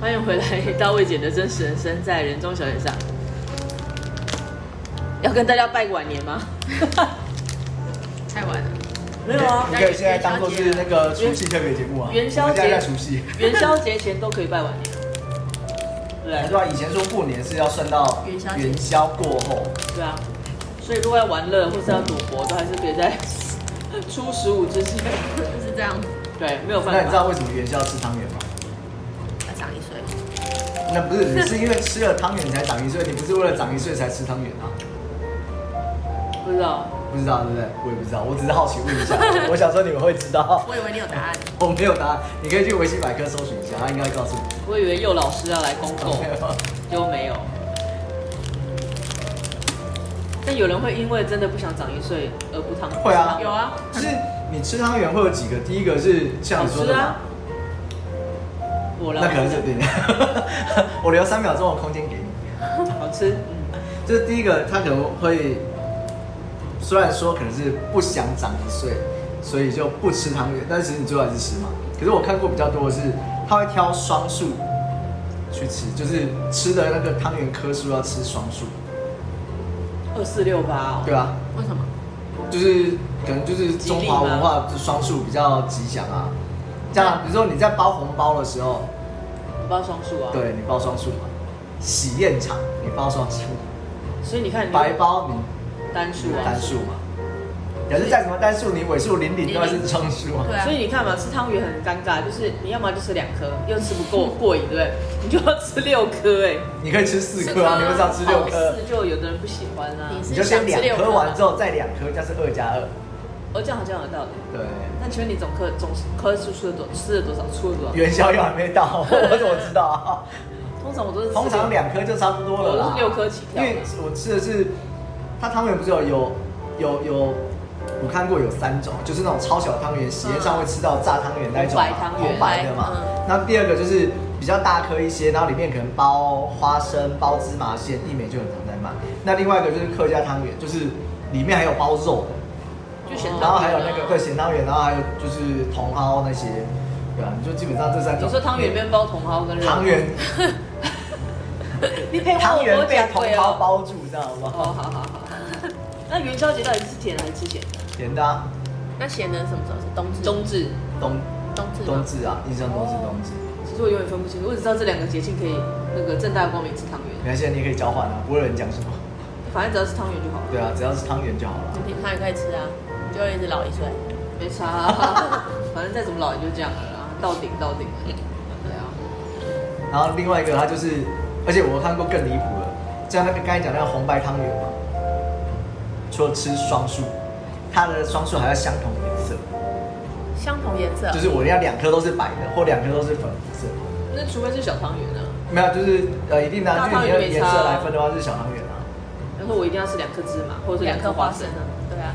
欢迎回来到魏姐的真实人生，在人中小姐上，要跟大家拜晚年 吗？太晚了，没有啊，你可以现在当做是那个除夕特别节目啊，元宵节我们现在在除夕。元宵节前都可以拜晚年，对哎不对啊，以前说过年是要算到元宵节元宵过后，对？对啊，所以如果要玩乐或是要赌博，都还是别在 初十五之前。就是这样，对，没有那办你知法。道为什么元宵要吃汤圆吗？要长一岁。那不是，你是因为吃了汤圆才长一岁，你不是为了长一岁才吃汤圆啊？不知道，不知道对不对？我也不知道，我只是好奇 问一下。我想说你们会知道，我以为你有答案，我没有答案，你可以去维基百科搜寻一下，他应该会告诉你。我以为佑老师要来公购，就没有。但有人会因为真的不想长一岁而不糖会啊有啊，就是你吃汤圆会有几个？第一个是像好你说吃的嘛，啊。我来那可能是对。 我留三秒钟的空间给你。好吃，嗯，这第一个，他可能会，虽然说可能是不想长一岁，所以就不吃汤圆，但其实你最后还是吃嘛。可是我看过比较多的是，他会挑双数去吃，就是吃的那个汤圆颗数要吃双数，二四六八哦。对啊，为什么？就是可能就是中华文化就双数比较吉祥啊。这样，比如说你在包红包的时候，我包双数啊。。对你包双数嘛，喜宴场你包双数，所以你看，你白包你单数啊。单数嘛。可是在什么单数，你尾数零零都还是双数啊。对啊所以你看嘛，吃汤圆很尴尬，就是你要么就吃两颗，又吃不 够过瘾，对不对？你就要吃六颗，哎，你可以吃四颗四颗啊，啊你为啥吃六颗？四就有的人不喜欢啊。你是你就先两颗完之后再两颗，这样是二加二。哦，这样好像有道理。对，那请问你总颗总颗数吃了多吃了多少？出了多少？元宵又还没到，我怎么知道啊？通常我都是吃通常两颗就差不多了我啦是。六颗起跳因的为我吃的是，它汤圆不是有有有有，我看过有三种，就是那种超小汤圆，喜宴上会吃到炸汤圆那一种嘛，红白汤圆红白的嘛嗯。那第二个就是比较大颗一些，然后里面可能包花生、包芝麻馅，一美就很常在卖。那另外一个就是客家汤圆，就是里面还有包肉的。就选然后汤还圆有啊。那个对咸汤圆，然后还有就是茼蒿那些，对啊，你就基本上这三种。你说汤圆里面包茼蒿跟肉汤圆， 你配汤圆被茼蒿包。包住，这样好不哦，好好？好好。 那元宵节到底是吃甜还是吃咸的？甜的啊，那咸的是什么时候是冬至？冬至，冬冬至冬吗？至啊，印象中是冬至。其实我永远分不清楚，我只知道这两个节庆可以那个正大光明吃汤圆，没关系，你可以交换啊，不会有人讲什么。反正只要是汤圆就好了，对啊，只要是汤圆就好了你。平常也可以吃啊，你就会一直老一岁。没差、 啊。反正再怎么老也就这样了啦，到顶到顶了。对啊，然后另外一个它就是，而且我看过更离谱的，像那个刚才讲那个红白汤圆嘛，除了吃双数，它的双数还要相同颜色，相同颜色，就是我要两颗都是白的，或两颗都是粉红色。那除非是小汤圆啊。没有，就是呃，一定的啊，大就是汤你圆的没颜差啊色来分的话是小汤圆啊，然后我一定要吃两颗芝麻，或者是两颗花生，啊，对啊，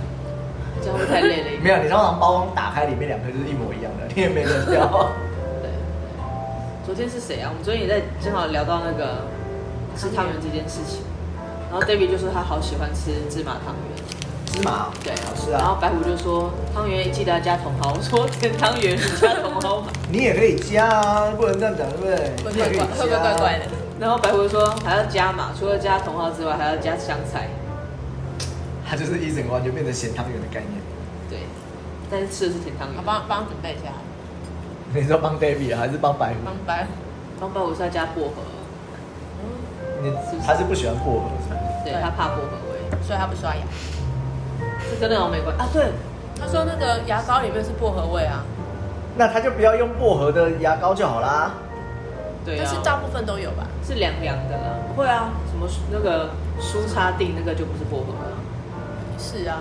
这样会不会太累了一点。 没有，你通常包装打开里面两颗就是一模一样的，你也没得挑。对，昨天是谁啊？我们昨天也在正好聊到那个吃汤圆这件事情，然后 David 就说他好喜欢吃芝麻汤圆，芝麻对，好吃然啊后，白虎就说汤圆记得要加茼蒿，我说甜汤圆加茼蒿嘛，你也可以加啊，不能这样讲，对不对？怪你也怪可怪，会以加啊不会怪怪的？？ 然后白虎就说还要加嘛，除了加茼蒿之外还要加香菜，它就是一整个完全变成咸汤圆的概念。对，但是吃的是甜汤圆我。帮帮准备一下，你说帮 David 啊还是帮白帮虎？白虎。然后白虎是要加薄荷，你是不是他是不喜欢薄荷，是不是？对对他怕薄荷味，所以他不刷牙。这跟那种没关啊，对，他说那个牙膏里面是薄荷味啊，那他就不要用薄荷的牙膏就好啦。对但啊是，大部分都有吧？是凉凉的啦，会啊，什么舒那个舒擦定那个就不是薄荷了。是啊，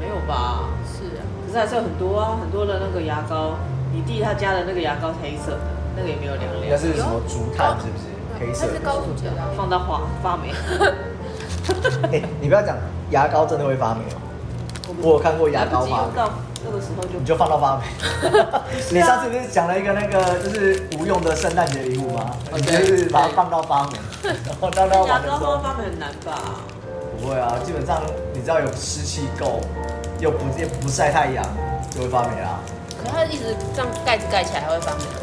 没有吧？是啊，可是还是有很多啊，很多的那个牙膏，你弟他家的那个牙膏是黑色的，那个也没有凉那凉，是什么竹炭？是不是黑色它是的？高乳洁的啊，放到发发霉。 哎，你不要讲牙膏真的会发霉哦。不我有看过牙来不膏及发用霉。到那个时候就你就放到发霉。你上次不是讲了一个那个就是无用的圣诞节礼物吗？哦你就对是把它放到发霉， 然后到那牙玩的膏放时到候发霉很难吧？不会啊，基本上你只要有湿气够，又不又不晒太阳，就会发霉啦。可是它一直这样盖子盖起来还会发霉啊。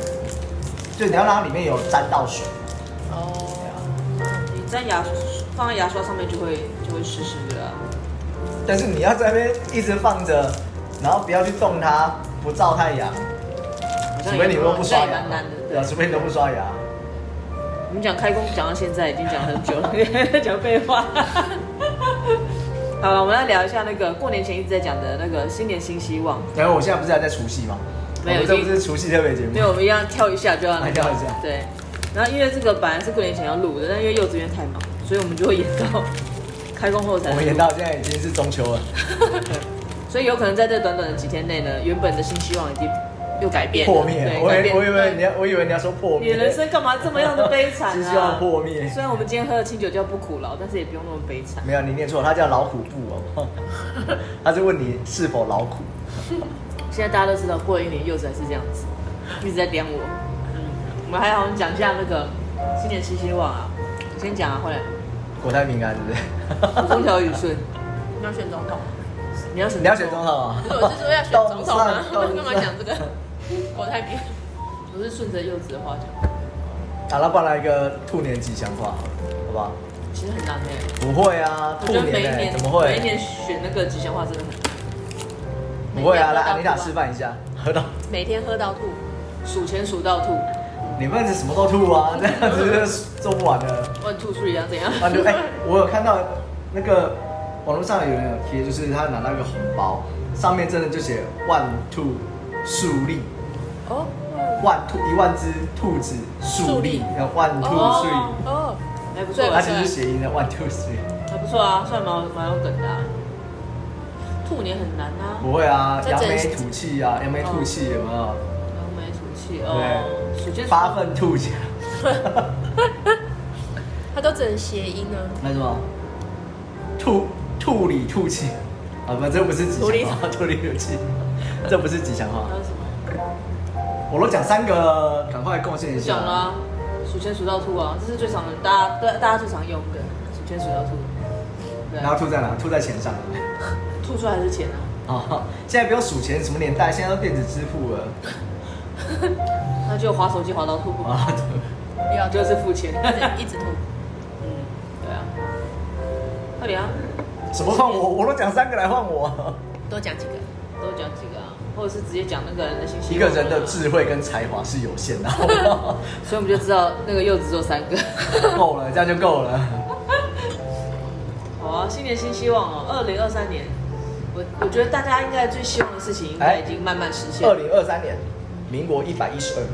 对，你要让它里面有沾到水。哦，你在牙放在牙刷上面就会就会湿湿的啊、但是你要在那边一直放着，然后不要去动它，不照太阳，好除像非你都不刷这也牙蛮难的，。对啊，除非你都不刷牙。我们讲开工讲到现在已经讲很久了， 讲废话。好了，我们来聊一下那个过年前一直在讲的那个新年新希望。然啊后我现在不是还在除夕吗？没有 我们这已不经是除夕特别节目。对，我们一样跳一下就要那个跳一下对，然后因为这个本来是过年前要录的，但因为幼稚园太忙，所以我们就会延到开工后才我录。们演到现在已经是中秋了，所以有可能在这短短的几天内呢，原本的新希望已经又改变了破灭。 对，我改以变。我以为你要，我以为你要说破你灭。的人生干嘛这么样的悲惨新希啊望？破灭。虽然我们今天喝的清酒叫不苦劳，但是也不用那么悲惨。没有，你念错，它叫老虎布哦。 他是问你是否劳苦。现在大家都知道，过了一年柚子还是这样子，一直在点我。嗯，我们还好，我们讲一下那个新年新希望啊。我先讲啊，后来国泰民安，对不我风对？调雨顺。你要选总统？你要选你要选总？统啊不？是，我是说要选总统 啊，懂事干嘛讲这个？国泰民安，我是顺着柚子的话讲，好了，不然来一个兔年吉祥话，好不好？其实很难哎、不会啊，我兔觉得每一年哎、年怎么会？每一年选那个吉祥话真的很难。不会每一啊，年来都要安妮塔兔啊示范一下，喝到每天喝到吐，数钱数到吐，你们是什么都吐啊， 这样子就做不完了。问吐出一样怎样？啊，就哎、我有看到那个网络上有人有贴，就是他拿到一个红包，上面真的就写万兔树立，哦，万兔一万只兔子树立树，然后万兔树哦哦，还不错它啊，其实是谐音的万兔树还不错啊，算蛮有蛮有梗的、啊。兔年很难啊，不会啊，这扬真眉是吐气啊，扬眉吐气有没有？扬眉吐气哦，数钱数发愤图强，它都只能谐音呢。那什么？吐吐里吐气啊，不，这不是吐吉里祥话，吐里吐气，这不是吉祥话还。有什么？我都讲三个了，赶快贡献一不下。讲了、啊，数钱数到吐啊，这是最常大家对大家最常用的数钱数到吐。对然啊，后吐在哪？吐在钱上。吐出来还是钱啊？哦，现在不用数钱，什么年代？现在都电子支付了。那就划手机划到吐，啊，对不 要就就是付 钱。一直吐，嗯，对啊，快点啊，什么换我？我都讲三个来换我。多讲几个。多讲几个啊，或者是直接讲那个人的信息。一个人的，智慧跟才华是有限的，好不好？所以我们就知道那个柚子做三个。够了，这样就够了。好啊，新年新希望哦，二零二三年，我我觉得大家应该最希望的事情应该已经慢慢实现哎二了。零二三年，民国一百一十二年。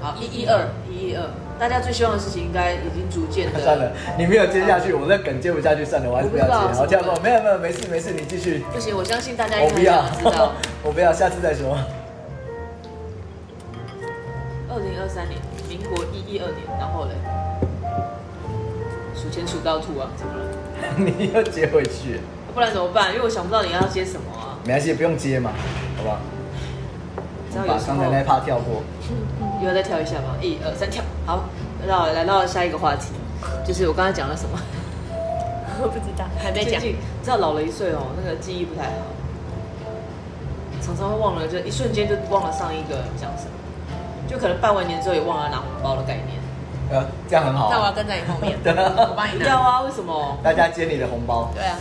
好，一一二一一二，大家最希望的事情应该已经逐渐的。算了，你没有接下去，我这梗接不下去，算了，我还是不要接。我好，不知道跳过，没有没有，没事没事，你继续。不行，我相信大家我应该很不要想要知道。， 我不要，下次再说。 二零二三年，民国一一二年，然后嘞，数钱数到吐啊，怎么了？你又接回去，不然怎么办？因为我想不到你要接什么啊。没关系，不用接嘛，好不好？只要把有时刚候才那一趴跳过。又要再跳一下吧，一二三跳。好，那我来到下一个话题，就是我刚才讲了什么？我不知道，还没最讲。近知道老了一岁哦，那个记忆不太好，常常会忘了，就一瞬间就忘了上一个讲什么，就可能拜完年之后也忘了拿红包的概念。呃，这样很好那我要啊。，跟在你后面对我帮你不拿。要啊，为什么？ 大家接你的红包，对啊，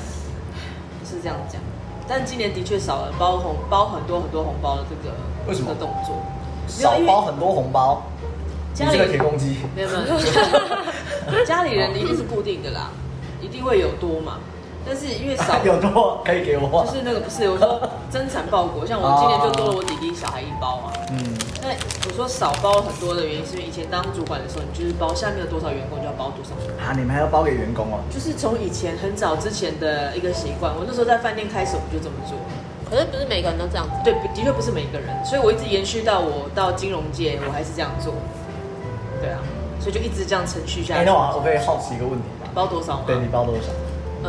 是这样讲，但今年的确少了包红包很多很多红包的这个为什么这个动作，少包很多红包，你家这里个铁公鸡。没有没 有，家里人一定是固定的啦，一定会有多嘛，但是因为 少有多可以给我就是那个不是我 说增产报国，像我今年就多了我弟弟小孩一包啊。嗯，那我说少包很多的原因，是因为以前当主管的时候，你就是包下面有多少员工就要包多少，啊，你们还要包给员工哦。就是从以前很早之前的一个习惯。我那时候在饭店开始，我们就这么做。可是不是每个人都这样子。对，的确不是每个人，所以我一直延续到我到金融界，我还是这样做。对啊，所以就一直这样持续下哎，去那。我我可以好奇一个问题吗？包多少吗？对你包多少？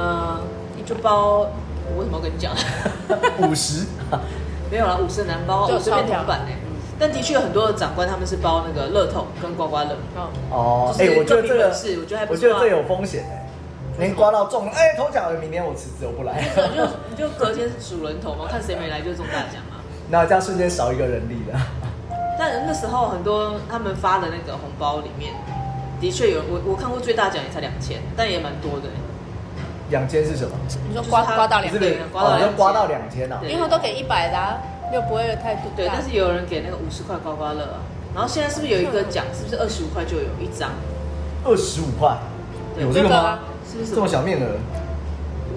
呃，你就包，我为什么要跟你讲？ 五十。没有啦，五十难包，就我随便钞票铜板哎、但的确有很多的长官他们是包那个乐透跟刮刮乐，哦， 哦，就哎、是我觉得各这凭个本事我觉得还不我觉错啊得这有风险哎、连刮到中了，哎、头奖了，明天我辞职，我不来 你就了。你就隔天数人头嘛，看谁没来就中大奖嘛。那这样瞬间少一个人力了。但那时候很多他们发的那个红包里面，的确有我我看过最大奖也才两千，但也蛮多的、两千是什么？你说就是刮他刮到不两是倍对吗，刮到哦两千要刮到两千啊！对因为他都给一百的、啊，又不会有太多。对，啊但是也有人给那个五十块刮刮乐啊。然后现在是不是有一个奖，是不是二十五块就有一张？二十五块，对有这这个个吗啊？是不是这么小面额？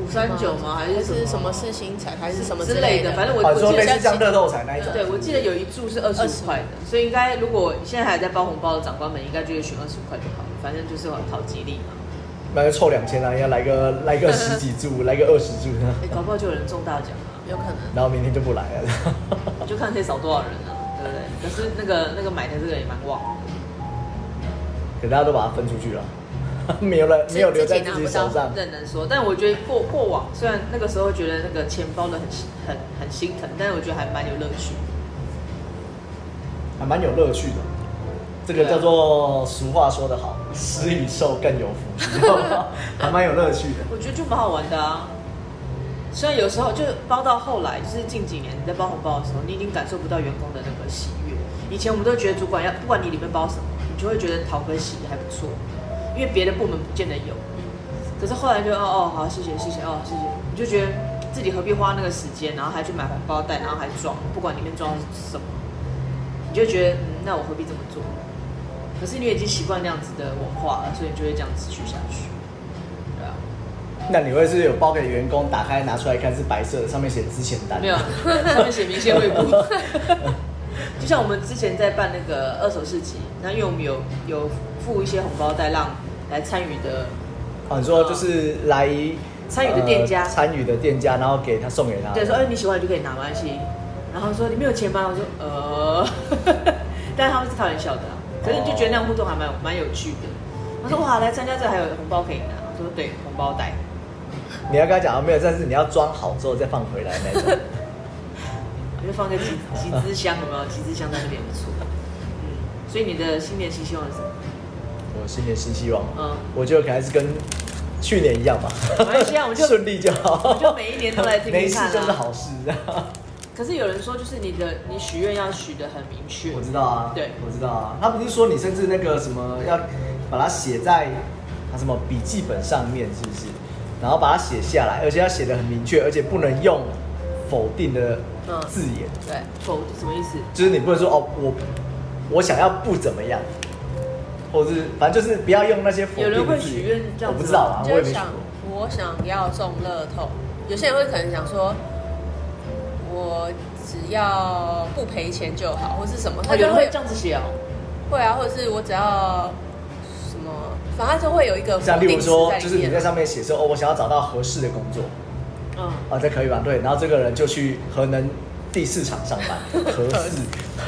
五三九吗？还还是是什么么四星彩，还是什么之类的？的？反正我我哦，你说记类得似像乐透彩那一种。对，我记得有一注是二十五块的，所以应该如果现在还在包红包的长官们，应该就会选二十五块就好了，反正就是讨吉利嘛。那就凑两千啊，要来个来个十几注，来个二十注， 哎、搞不好就有人中大奖啊，有可能。然后明天就不来了。 哦就看可以少多少人啊，对不对？可是那个那个买的这个也蛮旺的，可大家都把它分出去了， 没有了，自没有留在自己自拿己不到手上。任人说。但我觉得过过往虽然那个时候觉得那个钱包的很很很心疼，但是我觉得还蛮有乐趣。还蛮有乐趣的。这个对啊叫做俗话说得好，“施与受更有福”，你知道吗？还蛮有乐趣的。我觉得就蛮好玩的啊。虽然有时候就包到后来，就是近几年你在包红包的时候，你已经感受不到员工的那个喜悦。以前我们都觉得主管要不管你里面包什么，你就会觉得讨个喜还不错，因为别的部门不见得有。可是后来就哦哦好谢谢谢谢哦谢谢，你就觉得自己何必花那个时间，然后还去买红包袋，然后还装，不管里面装的是什么，你就觉得嗯那我何必这么做？可是你已经习惯那样子的文化了，所以你就会这样持续下去。对啊。那你会是有包给员工，打开拿出来看是白色的，上面写之前单。没有，上面写明显未卜。 就像我们之前在办那个二手市集，那因为我们有有付一些红包袋让来参与的，哦，你说就是来哦参与的店家呃参与的店家，然后给他送给他。对，说哎、你喜欢你就可以拿，没关系。然后说你没有钱吗？我说呃， 但是他们是开玩笑的啊。可是你就觉得那样互动还蛮有蛮有趣的。他说哇，来参加这还有红包可以拿。我说对，红包袋。你要跟他讲哦没有，但是你要装好之后再放回来那 种。我就放个集集资箱，有没有？集资箱在那边也不错。嗯，所以你的新年新希望是什么？我新年新希望，嗯，我觉得可能还是跟去年一样吧。没关系啊我就 顺利就好，就每一年都来听没听事看啊就是好事。可是有人说，就是你的你许愿要许的很明确，我知道啊，对我知道啊。他不是说你甚至那个什么要把它写在啊什么笔记本上面，是不是？然后把它写下来，而且要写的很明确，而且不能用否定的嗯字眼，对否什么意思？就是你不能说哦，我我想要不怎么样，或是反正就是不要用那些否定的字眼。有人会许愿这样子吗我不知道啊，我也就没是许过想。我想要中乐透，有些人会可能想说，我只要不赔钱就好，或是什么，他啊哦有就人会会这样子写哦，会啊，或者是我只要什么，反正他就会有一个像否例如定词说，在就里是你面。在上面写说哦，我想要找到合适的工作，嗯，啊，这可以吧？对，然后这个人就去核能第四厂上班，合适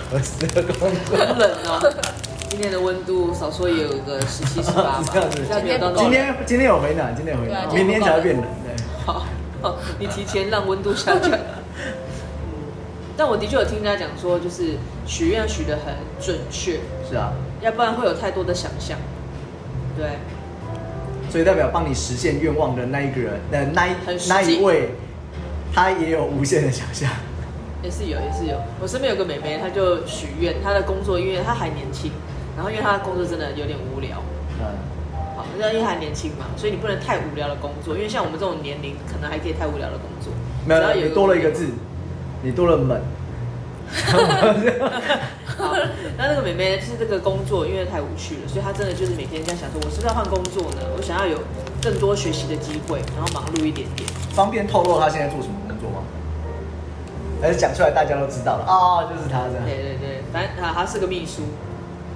合适的工 作。很冷哦。今天的温度少说也有个十七、十八吧，这样子现在没有到 今高天今天有回暖，今天有回对暖，啊明今天天不才够会变冷。好，好你提前让温度下降。嗯但我的确有听人家讲说，就是许愿要许的很准确，对，是啊，要不然会有太多的想象。对，所以代表帮你实现愿望的那一个人，那那一很实际那一位，他也有无限的想象。也是有，也是有。我身边有个妹妹，她就许愿，她的工作因为她还年轻，然后因为她的工作真的有点无聊，嗯，好，那因为还年轻嘛，所以你不能太无聊的工作，因为像我们这种年龄，可能还可以太无聊的工作。没有只要了，一你个多了一个字，你多了猛。好，那那个妹妹就是这个工作，因为太无趣了，所以她真的就是每天在想说，我是不是要换工作呢？我想要有更多学习的机会，然后忙碌一点点。方便透露他现在做什么工作吗？还是讲出来大家都知道了哦，就是他这样。对对对，反正啊，她是个秘书，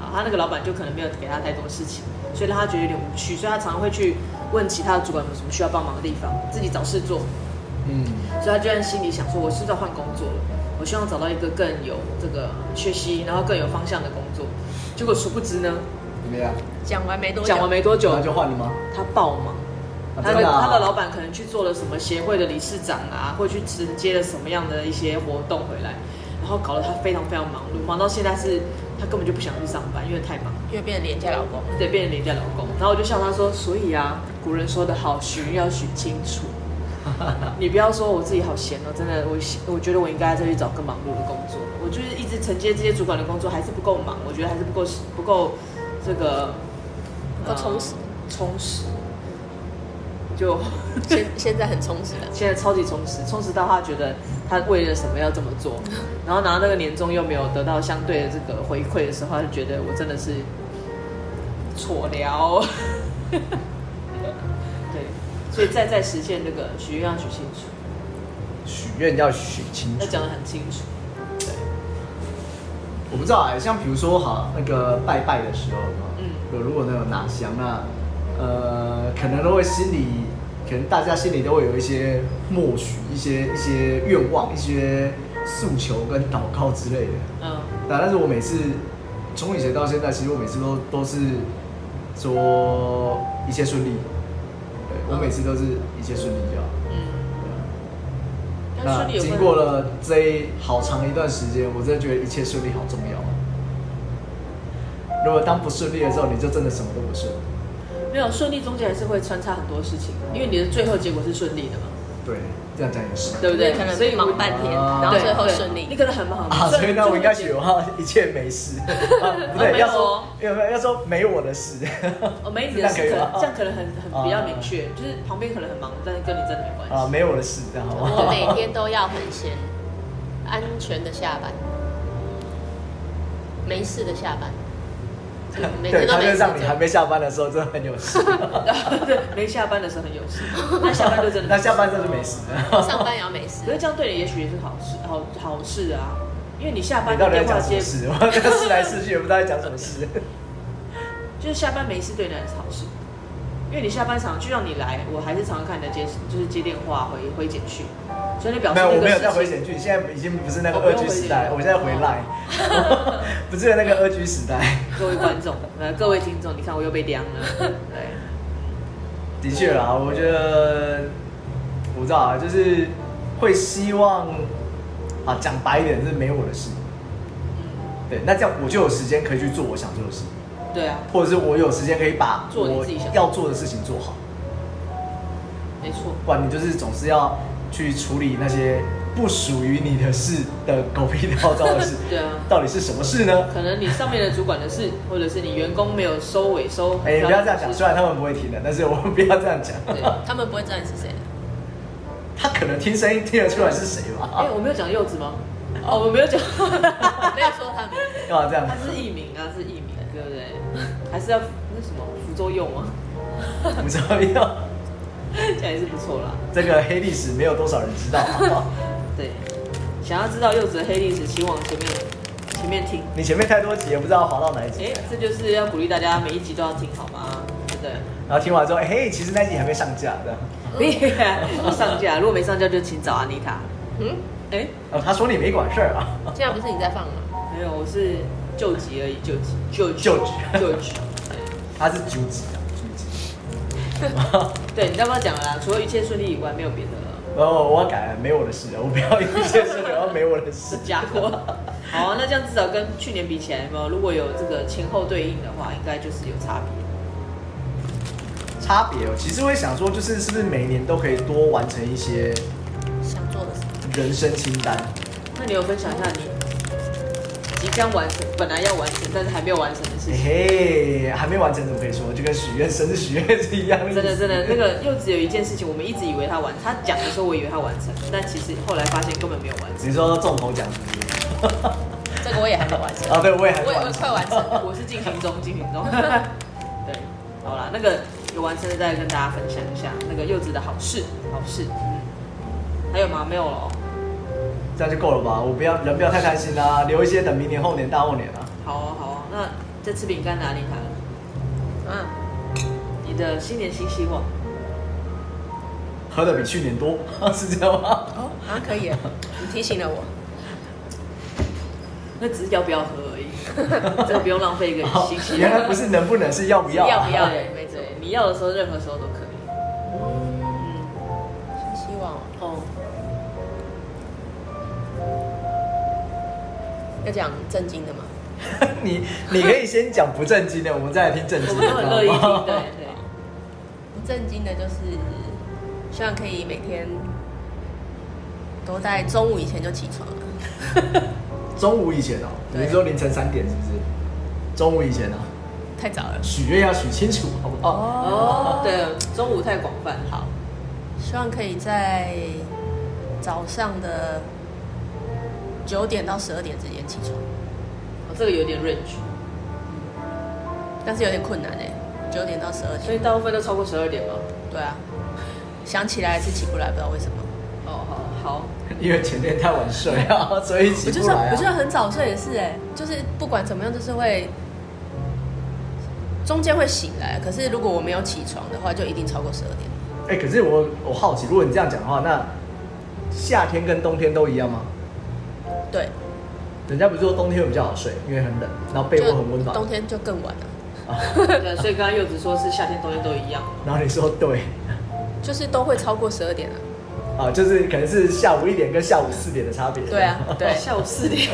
啊，她那个老板就可能没有给她太多事情，所以让她觉得有点无趣，所以她常常会去问其他的主管有什么需要帮忙的地方，自己找事做。嗯，所以他就在心里想说，我是不是要换工作了？我希望找到一个更有这个学习，然后更有方向的工作。结果殊不知呢，怎么样？讲完没多久，讲完没多久然后就换了吗？他爆忙，啊他真的的啊他的老板可能去做了什么协会的理事长啊，或去承接了什么样的一些活动回来，然后搞得他非常非常忙碌，忙到现在是他根本就不想去上班，因为太忙。因为变成廉价老 公，对， 变成廉价老公。然后我就笑他说，所以啊，古人说的好，许愿要许清楚。你不要说我自己好闲哦，真的，我我觉得我应该再去找更忙碌的工作。我就是一直承接这些主管的工作，还是不够忙，我觉得还是不够不够这个不够充实，呃充实。就现现在很充实 的，现在超级充实，充实到他觉得他为了什么要这么做， 然后拿到那个年终又没有得到相对的这个回馈的时候，他就觉得我真的是错了。 对，所以再再实现这个许愿要许清楚，许愿要许清楚要。讲得很清楚。对，我不知道哎、像比如说好那个拜拜的时候嘛，嗯嗯，如果能有拿香啊，呃，可能都会心里，可能大家心里都会有一些默许、一些一些愿望、一些诉求跟祷告之类的。嗯，那但是我每次从以前到现在，其实我每次都都是说一切顺利，对我每次都是一切顺利就好。啊嗯，但那顺利有经过了这一好长一段时间，我真的觉得一切顺利好重要啊。如果当不顺利的时候，你就真的什么都不是。没有顺利，中间还是会穿插很多事情，因为你的最后结果是顺利的嘛，对，这样讲也是。对不对？可能所以忙我半天，啊然后对最后对顺利你。可能很忙，啊，虽所然以那我应该最许后结的话，一切没事。啊、不啊对，没要有说哦要没有要说没我的事。哦，没你 的这样事可以可能吗啊这样可能很很比较明确，就是旁边可能很忙，但是跟你真的没关系。啊，没我的事，这样好不好？我每天都要很闲，安全的下班，没事的下班，嗯每对，天都他就没事让你做还没下班的时候，真的很有 事。 对，没下班的时候很有 事，那下班就真的。那下班真的没事。上班也要没 可是事。这样对你也许也是好事，好好事啊，因为你下班你到的底在电讲话什么接，事？啊我这试来试去也不知道在讲什么事。就是下班没事对你来说是好事，因为你下班常就让你来，我还是常常看你的接，就是接电话回回简讯，所以你表示没有，我那没个有在事回情。简讯，现在已经不是那个哦不二用 G 回时代，简我现在回哦 Line，不 是那个二 G 时代。各位观众， 呃，各位听众，你看我又被凉了， 对，的确啦，我觉得我不知道啊，就是会希望啊，讲白一点是没我的事。嗯，对，那这样我就有时间可以去做我想做的事，对啊，或者是我有时间可以把做你我自己想要做的事情做好。没错，。不然你就是总是要去处理那些不属于你的事的狗屁倒灶的事 对啊到底是什么事呢？可能你上面的主管的事，或者是你员工没有收尾收，哎、不要这样讲，虽然他们不会听的，但是我们不要这样讲。对， 他们不会知道你是谁。他可能听声音听得出来是谁吧？哎、我没有讲柚子吗？哦，我没有讲，没有说他们，干嘛这样？它是艺名啊，是艺名，对不对？还是要那什么福州柚吗？ 不知道要这样也是不错啦。这个黑历史没有多少人知道，好不好？对，想要知道柚子的黑历史，请往前面前面听。你前面太多集，也不知道滑到哪一集哎、。这就是要鼓励大家每一集都要听，好吗？对不对？然后听完之后，哎嘿，其实那集还没上架的。没哦 有上架，如果没上架就请找安妮塔。嗯，哎、哦，他说你没管事儿啊，现在不是你在放吗？没有，我是救急而已，救急，救急救急救急。对他是九集啊，九集。对，你要不要讲了啦？除了一切顺利以外，没有别的了。然后我要改了，没我的事了，我不要一切事，我要没我的事是。家伙。好、啊，那这样至少跟去年比起来，有没有如果有这个前后对应的话，应该就是有差别。差别哦，其实会想说，就是是不是每年都可以多完成一些想做的事，人生清单？那你有分享一下你即将完成、本来要完成但是还没有完成的事嘿情？嘿，还没完成怎么可以说？就跟许愿生日许愿是一样的意思。真的真的，那个柚子有一件事情，我们一直以为他完，他讲的时候我以为他完成，但其实后来发现根本没有完成。你说中头奖是不是？这个我也还没完成。啊，对，我也还没我也完我成。快完成了。我是进行中，进行中。 对，好啦，那个有完成的再跟大家分享一下那个柚子的好事，好事。嗯，还有吗？没有了哦。这样就够了吧？我不要人不要太贪心啦、留一些等明年、后年、大后年啊。好哦，好哦，那在吃饼干哪里谈？嗯，你的新年新希望？喝的比去年多， 是这样吗？哦，好像可以耶。你提醒了我。那只是要不要喝 而已，这个不用浪费一个好新希哦原来望。不是能不能，是要不要、啊？要不要对，没错，你要的时候，任何时候都可以。嗯，希望哦哦，要讲正经的吗？ 你你可以先讲不正经的，我们再来听正我经的。们都很乐意好不好听，对对。不正经的就是希望可以每天都在中午以前就起床了。中午以前哦、对你是说凌晨三点是不是？中午以前啊，太早了。许愿要许清楚，好不好？哦，对，中午太广泛了。好，希望可以在早上的九点到十二点之间起床，哦这个有点 range，但是有点困难哎、九点到十二所以点。大部分都超过十二点吗？对啊，想起来还是起不来，不知道为什么。哦，好，好，因为前天太晚睡啊，所以起我就不算来我就算啊。很早睡也是哎、就是不管怎么样，就是会中间会醒来。可是如果我没有起床的话，就一定超过十二点。哎、可是我我好奇，如果你这样讲的话，那夏天跟冬天都一样吗？对，人家不是说冬天会比较好睡，因为很冷，然后被就窝很温暖。冬天就更晚了，对，所以刚刚柚子说是夏天、冬天都一样。然后你说对，就是都会超过十二点啊。啊，就是可能是下午一点跟下午四点的差别。对啊，对，下午四 点，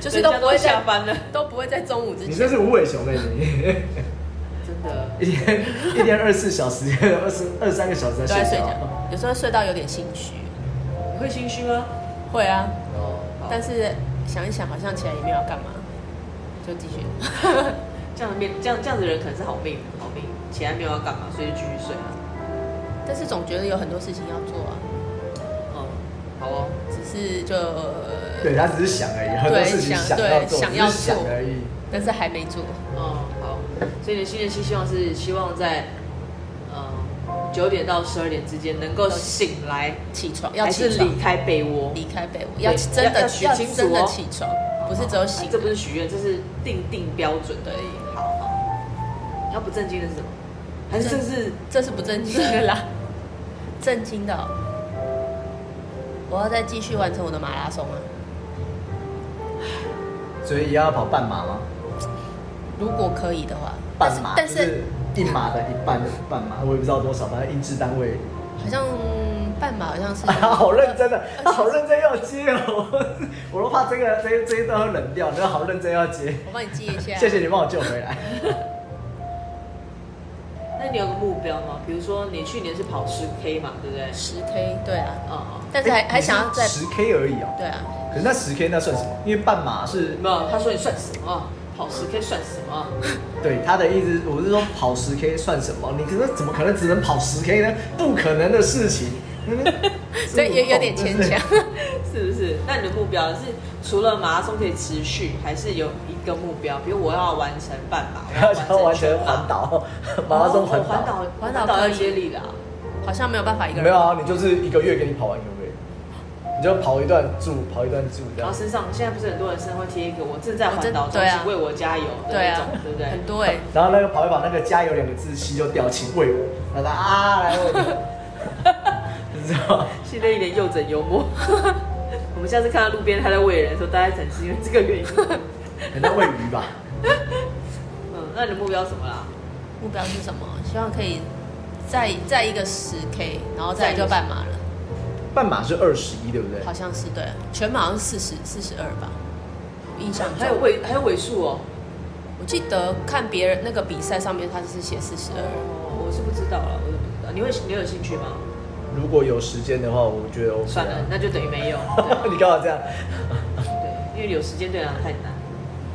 就是都不会人家在下班了，都不会在中午之 你前这。是无尾熊哎、你真的。一天一天二十四小时，二十二三个小时都在在啊睡睡觉觉。，啊有时候睡到有点心虚。你会心虚吗？会啊，哦，但但是是想一想，好像起来也没有要干嘛，就继续。这样的面，这样这样的人可能是好命，好命，起来没有要干嘛，所以就继续睡啊了。但是总觉得有很多事情要做啊，哦，好哦，只是就，对他只是想而已，很多对事情想想对要做，想只要是想做而已。但是还没做。哦，好。所以你的新年新希望是希望在，嗯，九点到十二点之间能够醒来，起床要还是起床离，开被窝？离开被窝，对要起真要的要许要清楚真的哦起床，不是只有醒啊这。不是许愿，这是定定标准而已。好，好。要不正经的是什么？还是这是这是不正经的啦，正经的哦、我要再继续完成我的马拉松啊！所以要跑半马吗？如果可以的话，但半是马，但就是是一马的一半的半马，我也不知道多少，反正英制单位。好像半马好像是，他 好认真的，他好认。认真要接哦， 我都怕这个这这一段会冷掉，他好认真要接。我帮你记一下。谢谢你帮我救回来。那你有个目标吗？比如说你去年是跑十 K 嘛，对不对？十 K，对啊，哦，但是还、哎还想要再，十 K 而已哦。对啊，可是那十 K 那算什么？因为半马是没有，他说你算什么？跑十 K 算什么？对他的意思，我是说跑十 K 算什么？你可是怎么可能只能跑十 K 呢？不可能的事情。 所以也有点牵 强。 是不是？那你的目标是除了马拉松可以持续，还是有一个目标？比如我要完成半马，要想完全全 环岛，马拉松环哦环岛。环环岛岛环岛要可以接力啦。好像没有办法一个人。没有啊，你就是一个月给你跑完，可不可以？你就跑一段住，跑一段住这然后。样身上现在不是很多人身上会贴一个我正在环岛我中，正对啊请为我加油的对那啊种，对不，对？很多哎、然后那个跑一跑，那个加油两个字，心就掉，请喂我。然后他啊，来喂 我。你知道吗？现在一点幼稚幽默。 我们下次看到路边他在喂人的时候，大家可能是因为这个原因。 人家喂鱼吧。嗯，那你的目标是什么啦？目标是什么？希望可以再再一个十 K，然后再来就半马了，半马是二十一，对不对？好像是对、全马好像四十四十二吧，我印象中还有尾还有尾数哦。我记得看别人那个比赛上面他是写四十二，哦，我是不知道了，我是不知道。你会你有兴趣吗？如果有时间的话，我觉得 OK 啊。算了，那就等于没 有。 你干嘛这样？对，因为有时间对他太难，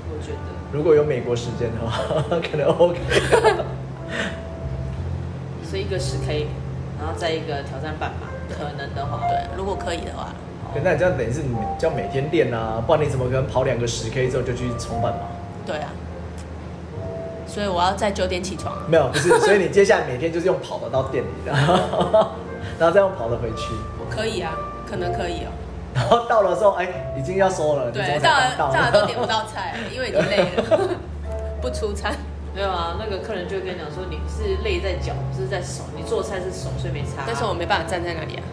我觉得。如果有美国时间的话， 可能 OK。所以一个十 K，然后再一个挑战半马，可能的话。对，如果可以的话，可那你这样等于是你就要每天练啊，不然你怎么可能跑两个十 K 之后就去冲半马？对啊，所以我要在九点起床啊，没有，不是。所以你接下来每天就是用跑的到店里 的，然后再用跑的回去，我可以啊，可能可以哦、然后到了之后，哎、已经要收了，你怎对，么到才了刚到到了都点不到 菜，因为已经累 了，不出餐。没有啊，那个客人就会跟你讲说你是累在脚，不是在手，你做菜是手，所以没差。但是我没办法站在那里啊，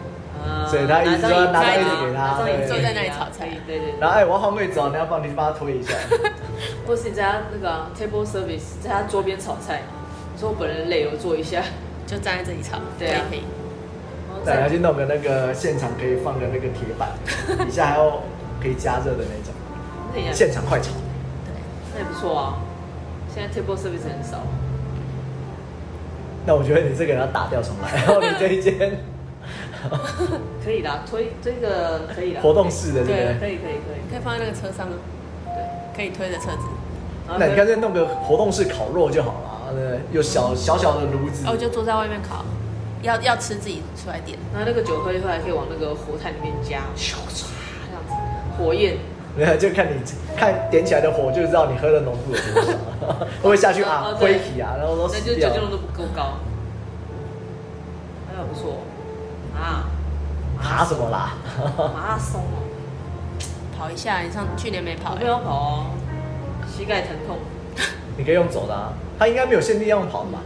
啊所以他一直说拿张椅子给他拿张椅子坐在那里给他炒菜对对对。然后哎、我要换位置哦，你要帮你去帮他推 一下。或是你在他那个啊 table service，在他桌边炒菜，你说我本人累，我坐一下。就站在这里炒，对啊可以可以。然后对，要再去弄个那个现场可以放的那个铁 板，底下还要可以加热的那种，那也现场快炒。对，那也不错啊。现在 table service 很少。 那我觉得你这个要打掉重来，然后你这一间可以啦，推这个可以啦，活动式的对对不，可对？以可以可以你可以放在那个车上啊，对。可以推的车子，然后那你就干脆弄个活动式烤肉就好了，对不对？有小小小的炉子哦然后，我哦就坐在外面烤，要要吃自己出来点。然后那个酒灰后来可以往那个火炭里面加，咻唰这样子，火焰。 没有就看你看点起来的火，就知道你喝的浓度有多少， 会不会下去啊哦？对灰体啊，然后都那死就掉酒精。浓度不够高。哎呀，不错啊！爬什么啦？马拉松哦，跑一下，你上去年没跑欸我，没有跑哦，膝盖疼痛。你可以用走的啊，它应该没有限定要用跑的吧？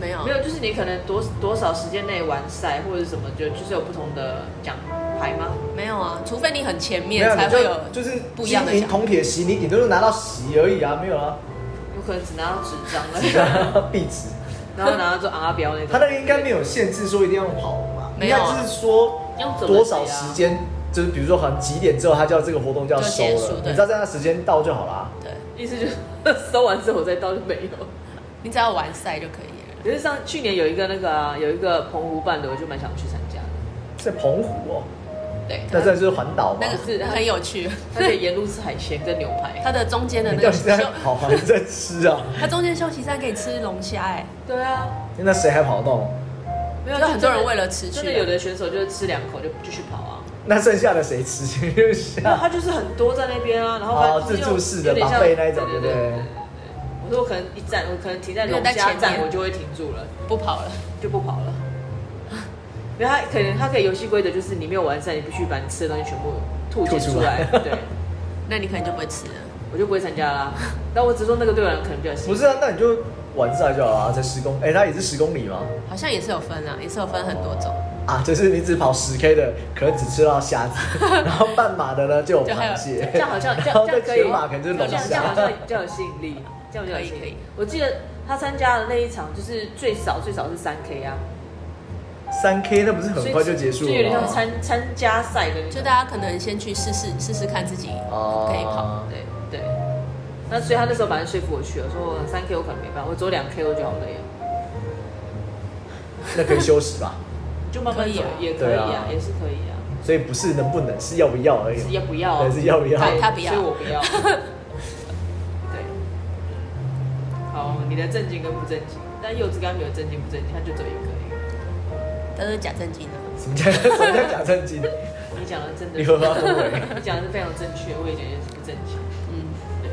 没有啊没，有，就是你可能多多少时间内完赛或者什么，就就是有不同的奖牌吗？没有啊，除非你很前没面有，才你会就有，就是不一样的金银奖铜铁锡，你顶多就拿到锡而已啊，没有啊，有可能只拿到纸张了， 壁纸。 然后拿到做阿标那种。他那个应该没有限制说一定要跑嘛，没有啊应该就是说用走的多少时间，就是比如说好像几点之后，他叫这个活动就要收就结束了，对你知道这样的时间到就好啊啦。对，意思就是 收完之后再到就没有。你只要完赛就可以了。可是上去年有一个那个、啊、有一个澎湖办的，我就蛮想去参加的。在澎湖哦，对，那这就是环岛嘛那。个很有趣，它可以沿路吃海鲜跟牛排。它的中间的哦你那到个底在休，跑还是在吃啊？它中间休息站可以吃龙虾，哎，对啊，那谁还跑得动？没有就很多人真的为了吃去啊真的有的选手就是吃两口就继续跑啊。那剩下的谁吃？ 剩没有，下他就是很多在那边啊，然后啊哦他自助式的有点像把费那一种对对不对对。我说我可能一站，我可能停在没有龙在虾前站，面我就会停住了，不跑了，就不跑了。 因为他可能他可以游戏规则就是你没有完善，你必须把你吃的东西全部吐吐解出出来。来对，那你可能就不会吃了。我就不会参加 啦。但我只说那个对我来讲可能比较不辛苦。是啊，那你就完赛就好啦，才十公，哎，它也是十公里吗？好像也是有分啊，也是有分很多种，啊，就是你只跑十 K 的，可能只吃到虾 子，然后半马的呢就有就还有螃蟹，这样好像这然样后这再样可以，全马可能就是龙这样这样虾好。像比较有吸引力，这样比较有吸引可以可力以。我记得他参加的那一场就是最少最少是三 K 啊，三 K 那不是很快就结束就有点了像吗？参参加赛的那种。就大家可能先去试试试试看自己哦可以跑。对对。那所以他那时候反正说服我去了，我说三 K 我可能没办法，我走两 K 我就好累了，那可以休息吧。就慢慢可以走啊也可以对啊啊，也是可以啊，所以不是能不能，是要不要而已是。要不要啊？对是要不要对他不要所以我 不要。对。好，你的正经跟不正经，但柚子刚没有正经不正经，他就走一个而已。但是假正经的，什么叫什么叫假正经？你讲的真的，你荷包不回 你讲的是非常正确，我也觉得是不正经。嗯，对，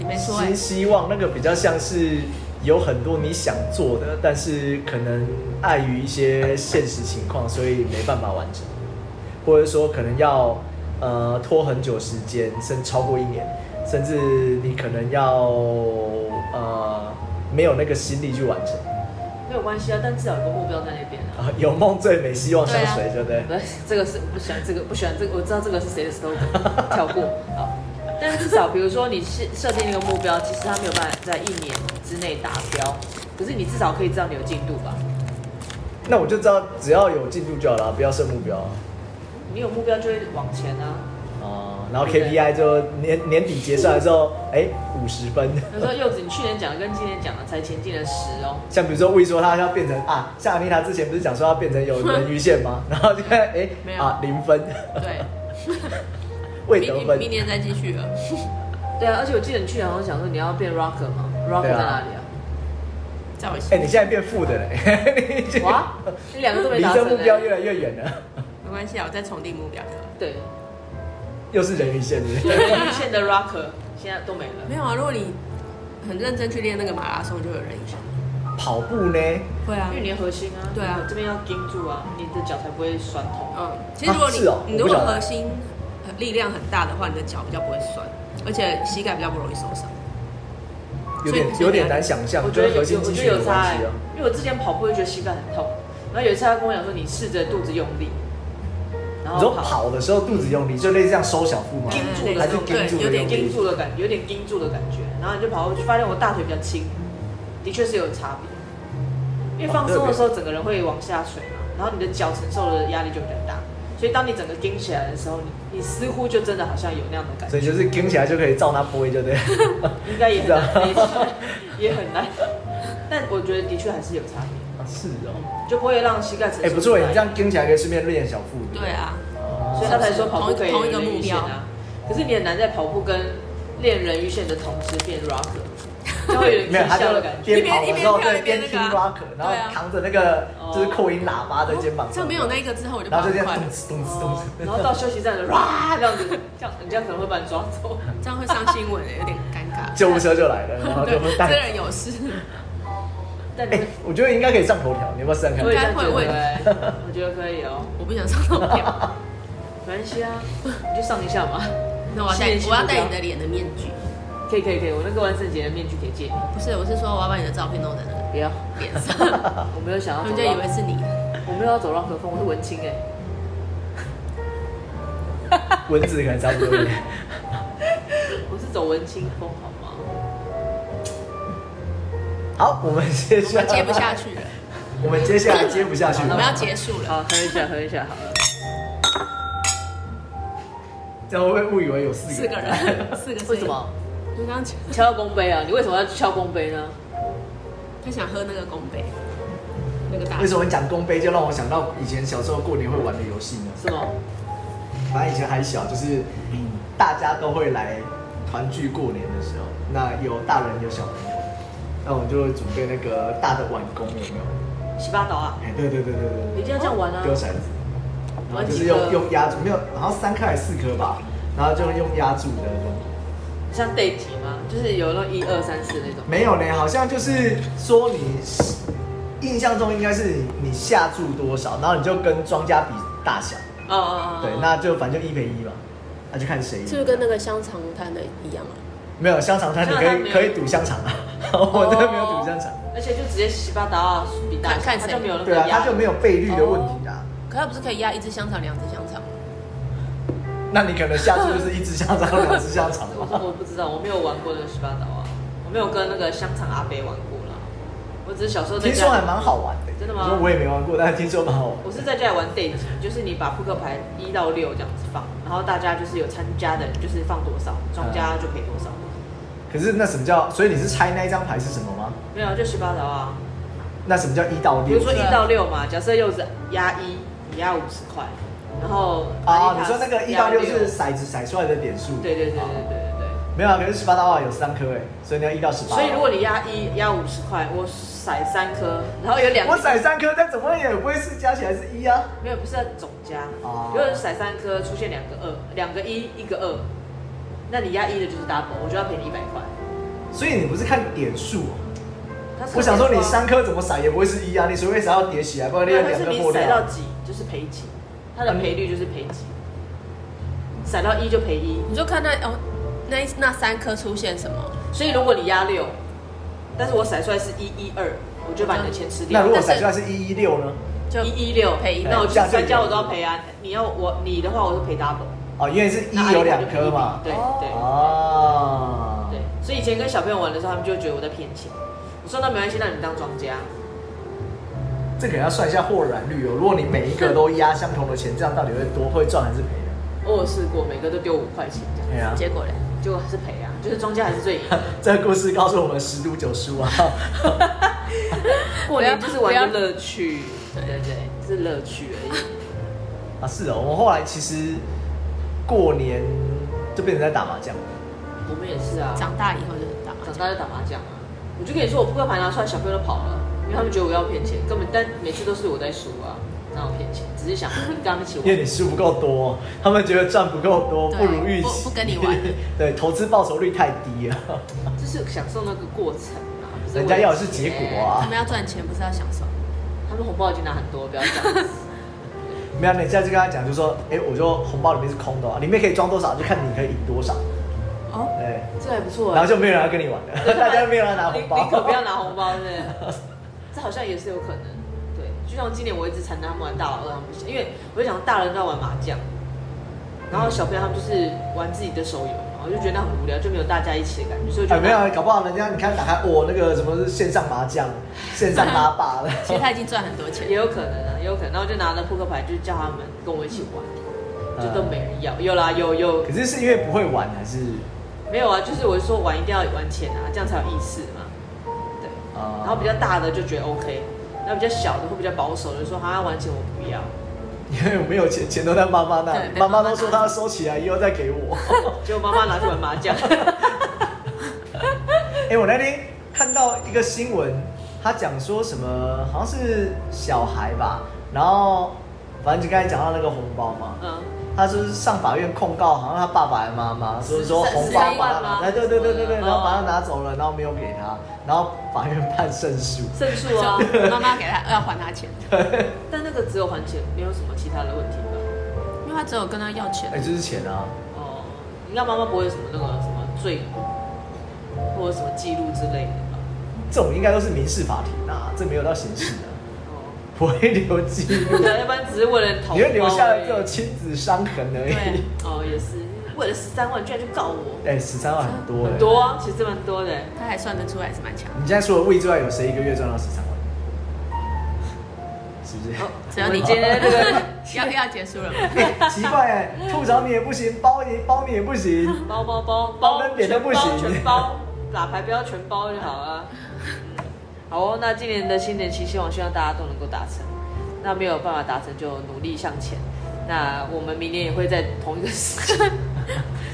你没说哎新，希望那个比较像是有很多你想做的，但是可能碍于一些现实情况，所以没办法完成，或者说可能要呃拖很久时间，甚至超过一年，甚至你可能要呃没有那个心力去完成 没有关系啊，但至少有个目标在那边啊。啊、有梦最美，希望相随，对不对？不是，这个是我不喜欢这个，不喜欢这个，我知道这个是谁的 slogan，跳 过。好，但是至少比如说你是设定一个目标，其实它没有办法在一年之内达标，可是你至少可以知道你有进度吧？那我就知道，只要有进度就好了，不要设目标。你有目标就会往前啊。哦，然后对 KPI 就年年底结算的时候，哎，五十分。他说柚子，你去年讲的跟今年讲的才前进了十哦，像比如说，魏说他要变成啊，像阿妮塔之前不是讲说要变成有人鱼线 吗？然后就看哎没有啊零分，哎对，未得明分明。年再继续呃了。对啊，而且我记得你去年好像讲说你要变 rocker 嘛，rocker 在对啊哪里啊？在我哎，心你里，现在变负的嘞，你哇， 你两个都没离达 这成、目标欸。越来越远了，没关系啊，我再重定目标就好了。对，又是人鱼线是不对， 是无限的 rocker 现在都没了。没有啊，如果你很认真去练那个马拉松，就有人影响。跑步呢？会啊因为你的核心啊，对啊这边要盯住啊，你的脚才不会酸痛。嗯，其实如果啊你、是哦你如果我不晓得核心呃力量很大的话，你的脚比较不会酸，而且膝盖比较不容易受伤。有所以点所以有点难想象，我觉就得是有，核心我肌觉群得有的差、关欸系啊。，因为我之前跑步会觉得膝盖很痛，然后有一次他跟我讲说，你试着肚子用力，然你说后跑，跑的时候肚子用力，就类似这样收小腹吗盯？住对的还那是种盯住对有的点用盯力？住的感觉，有点盯住的感觉，然后你就跑过去，发现我大腿比较轻，的确是有差别。因为放松的时候，整个人会往下垂嘛，然后你的脚承受的压力就比较大，所以当你整个盯起来的时候，你你似乎就真的好像有那样的感所觉，以就是盯起来就可以照那波，就对 了。应该也很难飞起来，也很难。但我觉得的确还是有差别。啊是哦，就不会让膝盖指数。哎，不错，你这样跟起来可以顺便练小腹。不对，啊，哦所以他才说跑步可以同一练个人鱼线目标啊。可是你很难在跑步跟练人鱼线的同时变 rocker，就 会有点没有，他自就笑的感觉。一边边跑一边跳的时候，对，一边边那听个啊 rock，然后对啊扛着那个哦就是扩音喇叭在肩膀哦这上，没有那个之后我就然跑后就这很样快咚了，哧咚哧咚哦哧，，然后到休息站的 哇这样子，这样你这样可能会把你抓走。这样会上新闻的，有点尴尬。 救护车 就来 了，然后就对，带这。人有事，但你哎会，我觉得应该可以上头条，你要不要试看看我？ 也这样觉应该会得我也欸，我觉得可以哦，我不想上头条。 没关系啊，你就上一下嘛。那我要戴，我要戴你的脸的面具。可以可以可以，我那个万圣节的面具可以借你。不是，我是说我要把你的照片弄在那个不要，脸 上，我没有想要他走们就以为浪，是你。我没有要走浪和风，我是文青哎、蚊子可能差不多一点。我是走文青风好吗？好，我们接我下来接不下，去了，我们接下来接不下去好我那们了。要结束了。好，喝一下喝一下好了。这样会不会误以为有四四个个？ 人，四个为什？么我刚刚讲敲到公杯啊？你为什么要敲公杯呢？他想喝那个拱北，那个大为。什么你讲公杯就让我想到以前小时候过年会玩的游戏呢？是吗？反正以前还小，就是大家都会来团聚过年的时候，那有大人有小朋友，那我们就会准备那个大的碗公，有没有？洗八岛啊，哎，对对对对你对一定要这样玩对，啊！丢骰子，然后玩就几是颗用用压住，没有，好像三颗还是四颗吧，然后就用压住的那种。像 date 吗？就是有那种一二三四那种。没有嘞，好像就是说你印象中应该是你你下注多少，然后你就跟庄家比大小，哦哦哦。对，那就反正就一赔一嘛，那就看谁赢。是不是跟那个香肠摊的一样啊？没有香肠摊，你可以可以赌香肠啊， 我这没有赌香肠，而且就直接洗八岛啊，比大小看看谁他就没有那对个啊，压他就没有倍率的问题哦啊。可他不是可以压一只香肠、两只香肠吗？那你可能下注就是一只香肠，两只香肠 我嘛。我不知道，我没有玩过那个十八岛啊，我没有跟那个香肠阿伯玩过啦。我只是小时候在听说还家，蛮好玩的，欸真的吗我说我也没玩过，但是听说蛮好玩。我是在家里玩 date，就是你把扑克牌一到六这样子放，然后大家就是有参加的，就是放多少，庄家就赔多少。可是那什么叫？所以你是猜那一张牌是什么吗？没有，就十八岛啊。那什么叫一到比六如？说一到六嘛，假设柚子压一，你压五十块，然后阿啊，你丽塔说那个一压到六是骰子骰出来的点数？对对对对对哦对对。没有啊，可是十八到二有三颗哎，所以你要一到十八。所以如果你压一压五十块，我骰三颗，然后有两我骰三颗，但怎么也不会是加起来是一啊？没有不是总加，哦如果骰三颗出现两个二，两个一，一个二，那你压一的就是 double，我就要赔你一百块。所以你不是看点数哦、它是我想说你点数啊三颗怎么骰也不会是一啊，你除非骰到叠起来，不然你对，有它两是个你破骰到掉。几就是赔几，它的赔率就是赔几，骰到一就赔一。你就看那哦，那一那三颗出现什么？所以如果你压六，但是我骰出来是一一二，我就把你的钱吃掉。那如果但骰是出来是一一六呢？就一一六啊赔一那我就这样就三家有嗯我都要赔啊。你要我你的话，我是赔 double。哦，因为是那一有两阿姨就颗赔嘛一。对对哦。对，所以以前跟小朋友玩的时候，他们就会觉得我在骗钱。我说那没关系，那你们当庄家。这可能要算一下豁然率哦。如果你每一个都压相同的钱，这样到底会多会赚还是赔呢？我有试过，每个都丢五块钱这样，对啊。结果嘞？结果还是赔啊，就是庄家还是 最赢。 这个故事告诉我们十赌九输啊。 过年就是玩不要个乐趣，对对对，是乐趣而 已。啊，是哦，我后来其实过年就变成在打麻将，我们也是啊，长长大以后就很大麻将。大就打麻将啊。我就跟你说，我扑克牌拿出来，小朋友都跑了，因为他们觉得我要骗钱，根本但每次都是我在输啊，哪有骗钱？只是想 跟他们一起因为玩。你输不够多，他们觉得赚不够多，对不如预期， 不不跟你玩。对，投资报酬率太低了，就是享受那个过程啊。不是人家要的是为了结钱果他啊们。要赚钱，不是要享受。哎他们红包已经拿很多，不要这样子。没有，你下次跟他讲，就说，哎，我就红包里面是空的哦，里面可以装多少，就看你可以赢多少。哦，对，这还不错哎然后。就没有人要跟你玩了， 大家没有人要拿红包。你你可不要拿红包，对不对？这好像也是有可能。对，就像今年我一直缠着他们玩大老二，他们不行，因为我就想大人都在玩麻将，然后小朋友他们就是玩自己的手游，然后我就觉得那很无聊，就没有大家一起的感觉，所以我就哎，没有，搞不好人家你看打开我那个什么是线上麻将、线上拉霸 了。其实他已经赚很多钱也。有可能啊，也有可能。然后就拿了扑克牌，就叫他们跟我一起玩，就都没人要。有啦，有有 可，是是因为不会玩还是？没有啊？就是我说玩一定要玩钱啊，这样才有意思嘛。对，啊然后比较大的就觉得 OK，那比较小的会比较保守，就说好像玩钱我不要， 因为我没有钱，钱都在妈妈那 里，对妈妈被妈妈都说她要收起来，以后再给我。结果妈妈拿去玩麻将， 哎、我那天看到一个新闻，他讲说什么，好像是小孩吧，然后反正就刚才讲到那个红包嘛，嗯，他就是上法院控告，好像他爸爸还妈妈，说说是是红包11把他万吗拿，哎，对对对对对，嗯然后把他拿走了，然后没有给他，然后法院判胜诉。胜诉啊，就妈妈给他要还他钱，但那个只有还钱，没有什么其他的问题吧？因为他只有跟他要钱哎、。就是钱啊，哦，应该妈妈不会有什么那个什么罪，或者什么记录之类的吧？这种应该都是民事法庭啊，这没有到刑事的， 哦，不会留记录，对啊要不然只是为了讨你会留下来这包而种已亲子伤痕而欸对已。哦，也是为了十三万居然就告我，哎，十三、万很多、哎。很多啊，其实蛮多的欸。他还算得出来，是蛮强的。你现在除了胃之外，有谁一个月赚到十三万？是不是？哦只要你我们今天这个 要要结束了吗？ 哎奇怪哎，兔找你也不行，包你包你也不行， 包包包包包跟别的不行，全包全包，打牌不要全包就好了。嗯好哦，那今年的新年期，希望希望大家都能够达成。那没有办法达成，就努力向前。那我们明年也会在同一个时间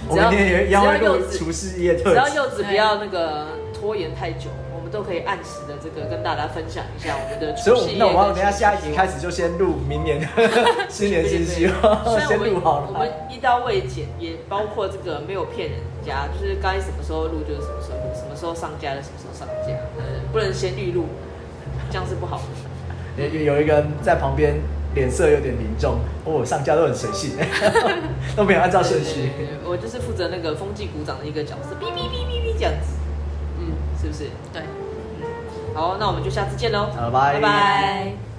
我们今天也只一样要会柚录子，厨师夜特只要辑。柚子不要那个拖延太久，我们都可以按时的这个跟大家分享一下我们的所除以我夕们夜跟新年期望。那我们等一下下一集开始就先录明年的 新年新 虽希 望，然先我们录好我们了。一刀未剪，也包括这个没有骗人家，就是该什么时候录就是什么时候录，什么时候上架就什么时候上架，呃不能先预录，这样是不好的。有有有一个人在旁边脸色有点凝重，哦，上架都很随性， 都没有按照顺对序。对对我就是负责那个风纪鼓掌的一个角色，哔哔哔哔哔这样子，嗯，是不是？对。好，那我们就下次见喽，好拜拜拜